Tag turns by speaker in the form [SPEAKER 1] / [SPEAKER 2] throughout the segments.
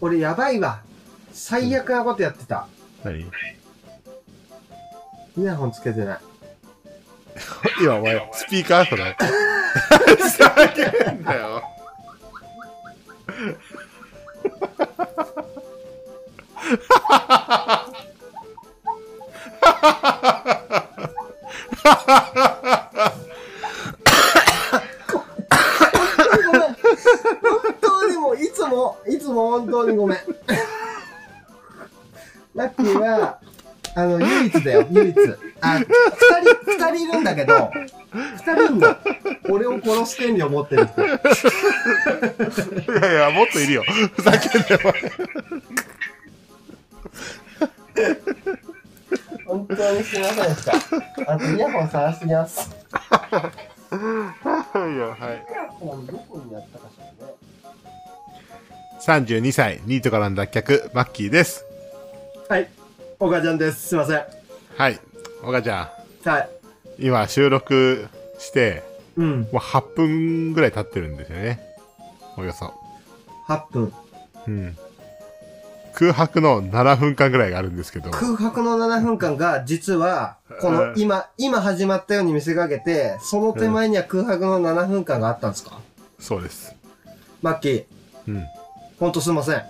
[SPEAKER 1] 俺やばいわ。最悪なことやってた。
[SPEAKER 2] 何
[SPEAKER 1] イヤホンつけてない。
[SPEAKER 2] 今お前、スピーカーそれ。 ふざけんなよ。
[SPEAKER 1] ごめん。本当にもう、いつも、いつも本当にごめん。ラッキーは、あの、唯一だよ、唯一。あ、二人、二人いるんだけど、二人も、俺を殺す権利を持ってる人。
[SPEAKER 2] いやいや、もっといるよ。ふざけんなよ。
[SPEAKER 1] 本当にすみませんでした。あと、イヤホン探してきます。
[SPEAKER 2] いや、はい。
[SPEAKER 1] イヤホンどこにやったかしらね。
[SPEAKER 2] 32歳、ニートからの脱却、マッキーです。
[SPEAKER 1] はい、お母ちゃんです。すみません。
[SPEAKER 2] はい。おかちゃ
[SPEAKER 1] はい。
[SPEAKER 2] ん、今収録して、
[SPEAKER 1] うん、
[SPEAKER 2] もう8分ぐらい経ってるんですよね。およそ。
[SPEAKER 1] 8分。
[SPEAKER 2] うん。空白の7分間ぐらいがあるんですけど。
[SPEAKER 1] 空白の7分間が、実は、この、今、今始まったように見せかけて、その手前には空白の7分間があったんですか
[SPEAKER 2] そうです。
[SPEAKER 1] マッキー、
[SPEAKER 2] うん。
[SPEAKER 1] ほんとすいません。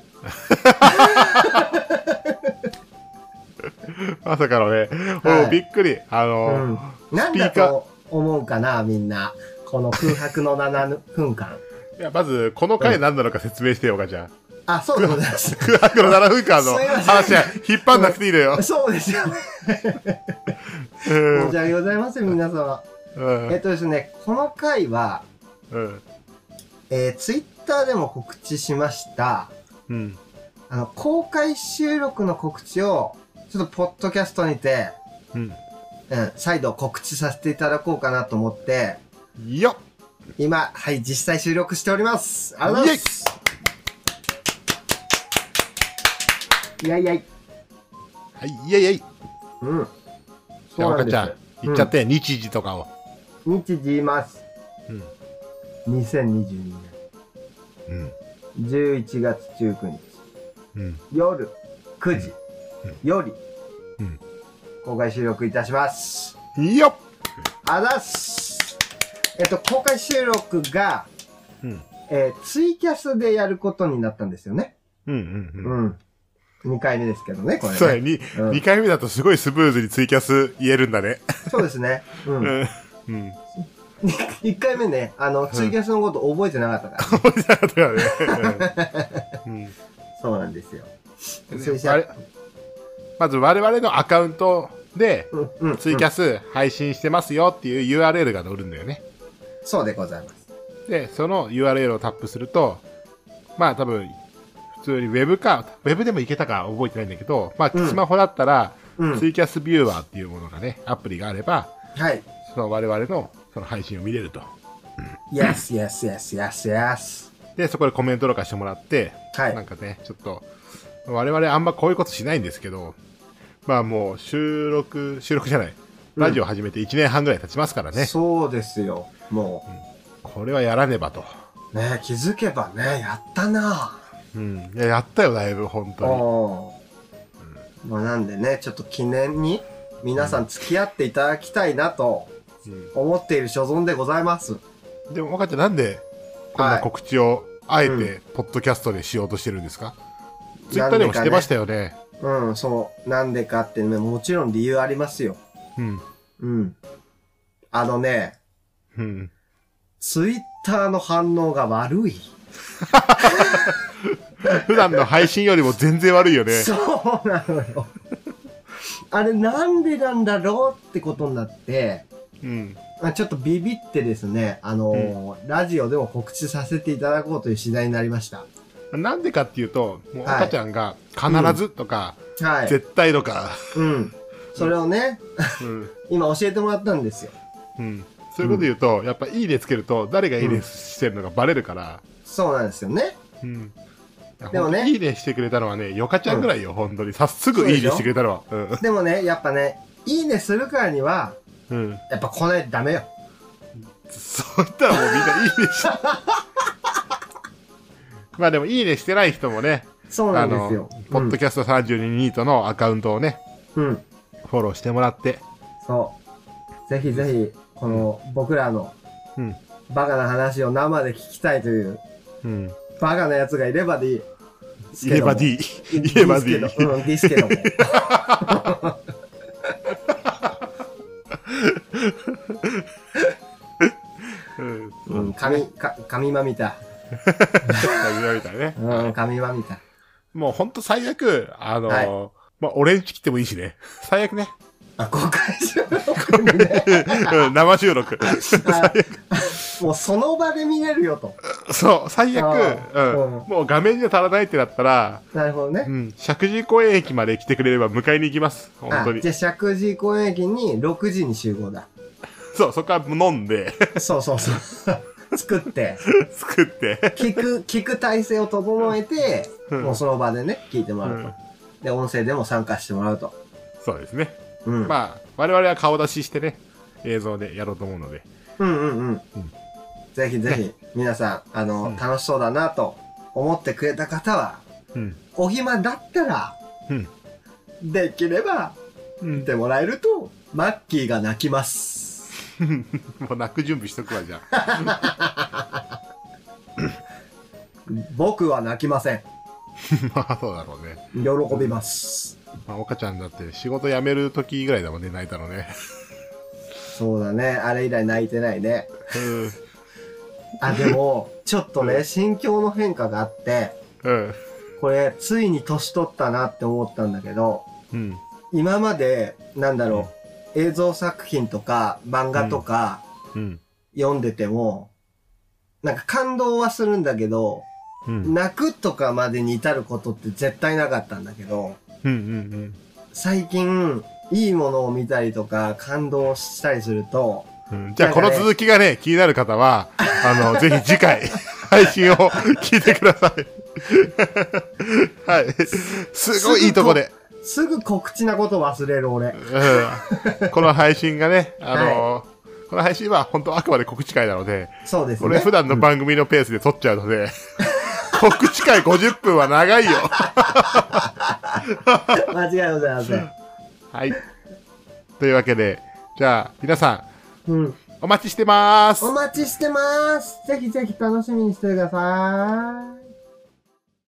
[SPEAKER 2] まさかのね、
[SPEAKER 1] はい
[SPEAKER 2] おびっくり。あ
[SPEAKER 1] う
[SPEAKER 2] の
[SPEAKER 1] ん。なんだ
[SPEAKER 2] スピーカー
[SPEAKER 1] と思うかな、みんな。この空白の7分間。
[SPEAKER 2] いや、まず、この回何なのか説明してよ、おかちゃん。
[SPEAKER 1] あ、そうでござい ます。
[SPEAKER 2] 空白の7分間の
[SPEAKER 1] すいません
[SPEAKER 2] 話は引っ張んなくていいのよ。
[SPEAKER 1] そうですよね。
[SPEAKER 2] う
[SPEAKER 1] 申
[SPEAKER 2] ん
[SPEAKER 1] し。訳ございません、皆様。
[SPEAKER 2] うん
[SPEAKER 1] えっとですね、この回は、
[SPEAKER 2] うん。
[SPEAKER 1] えー、ツイッターでも告知しました、
[SPEAKER 2] うん。
[SPEAKER 1] あの、公開収録の告知を、ちょっとポッドキャストにて、
[SPEAKER 2] うん。
[SPEAKER 1] うん、再度告知させていただこうかなと思って、
[SPEAKER 2] よっ
[SPEAKER 1] 今、はい、実際収録しております。ありがとうございます。いやいやい。
[SPEAKER 2] はい、いやいやい。じ
[SPEAKER 1] うん。
[SPEAKER 2] ゃあ、
[SPEAKER 1] そうな
[SPEAKER 2] 岡
[SPEAKER 1] んで
[SPEAKER 2] ち
[SPEAKER 1] す
[SPEAKER 2] ゃん、行っちゃって、日時とかを。
[SPEAKER 1] 日時言います。
[SPEAKER 2] うん。
[SPEAKER 1] 2022
[SPEAKER 2] うん。
[SPEAKER 1] 年11月19日、
[SPEAKER 2] うん。
[SPEAKER 1] 夜9時
[SPEAKER 2] うん
[SPEAKER 1] より、
[SPEAKER 2] うん
[SPEAKER 1] 公開収録いたします。
[SPEAKER 2] よっ
[SPEAKER 1] あざっす。えっと、公開収録が、
[SPEAKER 2] うん。
[SPEAKER 1] えーツイキャスでやることになったんですよね。
[SPEAKER 2] うんうんうん。
[SPEAKER 1] ん。2回目ですけどね、これ、ね。
[SPEAKER 2] そうや、に、
[SPEAKER 1] うん
[SPEAKER 2] 2回目だとすごいスムーズにツイキャス言えるんだね。
[SPEAKER 1] そうですね。う。
[SPEAKER 2] うんん。うん。
[SPEAKER 1] 1回目ね、あの、ツイキャスのこと覚えてなかったから、ね。
[SPEAKER 2] そうじゃなかったからね。うん。
[SPEAKER 1] そうなんです よ。
[SPEAKER 2] うん
[SPEAKER 1] ツイキ
[SPEAKER 2] あれ
[SPEAKER 1] ャ
[SPEAKER 2] まず我々のアカウントで、
[SPEAKER 1] うん、うん。
[SPEAKER 2] ツイキャス配信してますよっていう URL が載るんだよね。
[SPEAKER 1] そうでございます。
[SPEAKER 2] で、その URL をタップすると、まあ多分、普通に Web か、Web でもいけたか覚えてないんだけど、ま
[SPEAKER 1] うん
[SPEAKER 2] あスマホだったら、
[SPEAKER 1] うん
[SPEAKER 2] ツイキャスビューワーっていうものがね、アプリがあれば、
[SPEAKER 1] はい。
[SPEAKER 2] その我々のその配信を見れると。
[SPEAKER 1] Yes, yes, yes, yes, yes.
[SPEAKER 2] で、そこでコメントとかしてもらって、
[SPEAKER 1] はい
[SPEAKER 2] なんかね、ちょっと、我々あんまこういうことしないんですけど、まあもう収録、収録じゃない、ラジオ始めて1年半ぐらい経ちますからね、
[SPEAKER 1] そうですよ。も
[SPEAKER 2] これはやらねばと。
[SPEAKER 1] う、ね気づけばね、やったな
[SPEAKER 2] うん。いや、やったよ、だいぶ、本
[SPEAKER 1] あ
[SPEAKER 2] 当
[SPEAKER 1] まあ、なんでね、ちょっと記念に皆さん付き合っていただきたいなと
[SPEAKER 2] に。
[SPEAKER 1] 思っている所存でございます。
[SPEAKER 2] うん、でも、若ちゃん、なんで、こん
[SPEAKER 1] は
[SPEAKER 2] ない告知を、あえ
[SPEAKER 1] う
[SPEAKER 2] て、ポッドキャストでしようとしてるんですか、ツイ
[SPEAKER 1] な
[SPEAKER 2] ッ
[SPEAKER 1] ん
[SPEAKER 2] タ
[SPEAKER 1] でかね
[SPEAKER 2] ーでもしてましたよね。
[SPEAKER 1] うん、そう。なんでかってね、もちろん理由ありますよ。
[SPEAKER 2] うん。
[SPEAKER 1] うん。あのね、
[SPEAKER 2] うん。
[SPEAKER 1] ツイッターの反応が悪い。
[SPEAKER 2] 普段の配信よりも全然悪いよね。
[SPEAKER 1] そうなのよ。あれなんでなんだろうってことになって、
[SPEAKER 2] うん。
[SPEAKER 1] まあちょっとビビってですね、あのーラジオでも告知させていただこうという次第になりました。
[SPEAKER 2] なんでかっていうと、もう
[SPEAKER 1] はい
[SPEAKER 2] 赤ちゃんが必ずとか、
[SPEAKER 1] はい。
[SPEAKER 2] 絶対 とか、
[SPEAKER 1] うん。それをね、
[SPEAKER 2] うん、
[SPEAKER 1] 今教えてもらったんですよ。
[SPEAKER 2] うん、そういうこと言うと、やっぱいいねつけると、誰がいいねしてるのがバレるから、
[SPEAKER 1] そうなんですよね。
[SPEAKER 2] うん。いや
[SPEAKER 1] でもね
[SPEAKER 2] ほんといいねしてくれたのはね、よかちゃんぐらいよ、本当に。さっすぐいいねしてくれたのは。うん
[SPEAKER 1] でもね、やっぱね、いいねするからには、
[SPEAKER 2] うん。
[SPEAKER 1] やっぱ来ないとダメよ。
[SPEAKER 2] そうしたらもうみんないいねして。まあでも、いいねしてない人もね、
[SPEAKER 1] そうな
[SPEAKER 2] あ
[SPEAKER 1] んです
[SPEAKER 2] の
[SPEAKER 1] よ。、
[SPEAKER 2] ポッドキャスト32ニートのアカウントをね、
[SPEAKER 1] うん、うん、
[SPEAKER 2] フォローしてもらって、
[SPEAKER 1] そう。ぜひぜひ、この僕らの
[SPEAKER 2] うん、
[SPEAKER 1] バカな話を生で聞きたいという、
[SPEAKER 2] うん、
[SPEAKER 1] バカな奴がいればでいい。い
[SPEAKER 2] 言えば D、言えば D。
[SPEAKER 1] ですけどうん、ですけども。
[SPEAKER 2] うん、
[SPEAKER 1] うん、神、か神まみた。
[SPEAKER 2] そうみたいね。
[SPEAKER 1] うん、神まみた。
[SPEAKER 2] もうほんと最悪、あの
[SPEAKER 1] はい
[SPEAKER 2] まあ、俺んち来てもいいしね。最悪ね。
[SPEAKER 1] あ、公開収録にね。
[SPEAKER 2] うん生収録。
[SPEAKER 1] あもうその場で見れるよと。
[SPEAKER 2] そう、最悪、
[SPEAKER 1] あ
[SPEAKER 2] う
[SPEAKER 1] ー
[SPEAKER 2] ん
[SPEAKER 1] う
[SPEAKER 2] もう画面じゃ足らないってなったら、
[SPEAKER 1] なるほどね
[SPEAKER 2] う。ん、石神井公園駅まで来てくれれば迎えに行きます。本
[SPEAKER 1] あ
[SPEAKER 2] 当に
[SPEAKER 1] じ。ゃあ、石神井公園駅に6時に集合だ。
[SPEAKER 2] そう、そこから飲んで、
[SPEAKER 1] そうそうそう。 作って、
[SPEAKER 2] 作って、
[SPEAKER 1] 聞く、聞く体制を整えて、
[SPEAKER 2] うん
[SPEAKER 1] もうその場でね、聞いてもらうと。
[SPEAKER 2] うん
[SPEAKER 1] で、音声でも参加してもらうと。
[SPEAKER 2] そうですね。
[SPEAKER 1] うん。
[SPEAKER 2] まあ、我々は顔出ししてね、映像でやろうと思うので。
[SPEAKER 1] うんうんうん。ぜひぜひ、皆さん、あの、
[SPEAKER 2] うん
[SPEAKER 1] 楽しそうだなと思ってくれた方は、
[SPEAKER 2] うん。
[SPEAKER 1] お暇だったら、
[SPEAKER 2] うん。
[SPEAKER 1] できれば、
[SPEAKER 2] うん、
[SPEAKER 1] 見てもらえると、マッキーが泣きます。
[SPEAKER 2] もう泣く準備しとくわ、じゃあ。
[SPEAKER 1] 僕は泣きません。
[SPEAKER 2] まあ、そうだろうね。
[SPEAKER 1] 喜びます。
[SPEAKER 2] まあ、岡ちゃんだって仕事辞める時ぐらいだもんね、泣いたのね。
[SPEAKER 1] そうだね。あれ以来泣いてないね。
[SPEAKER 2] うん。
[SPEAKER 1] あ、でも、 ちょっとね、心境の変化があって、
[SPEAKER 2] うん。
[SPEAKER 1] これ、ついに年取ったなって思ったんだけど、
[SPEAKER 2] うん。
[SPEAKER 1] 今まで、なんだろう、映像作品とか漫画とか
[SPEAKER 2] うん。
[SPEAKER 1] 読んでても、なんか感動はするんだけど、
[SPEAKER 2] うん。
[SPEAKER 1] 泣くとかまでに至ることって絶対なかったんだけど、
[SPEAKER 2] うん。うん。
[SPEAKER 1] 最近、いいものを見たりとか、感動したりすると、
[SPEAKER 2] うんじゃあ、この続きがね、気になる方は、あ の、ぜひ次回、配信を聞いてください。はい。すごいいいとこで。
[SPEAKER 1] すぐ告知なこと忘れる俺。
[SPEAKER 2] うんこの配信がね、あのこの配信は本当あくまで告知会なので、
[SPEAKER 1] そうですね。
[SPEAKER 2] 俺普段の番組のペースで撮っちゃう ので、告知会50分は長いよ。
[SPEAKER 1] 間違いございません。
[SPEAKER 2] はい。というわけで、じゃあ皆さ
[SPEAKER 1] うん。
[SPEAKER 2] ん、お待ちしてまーす
[SPEAKER 1] お。待ちしてます。ぜひぜひ楽しみにしてください。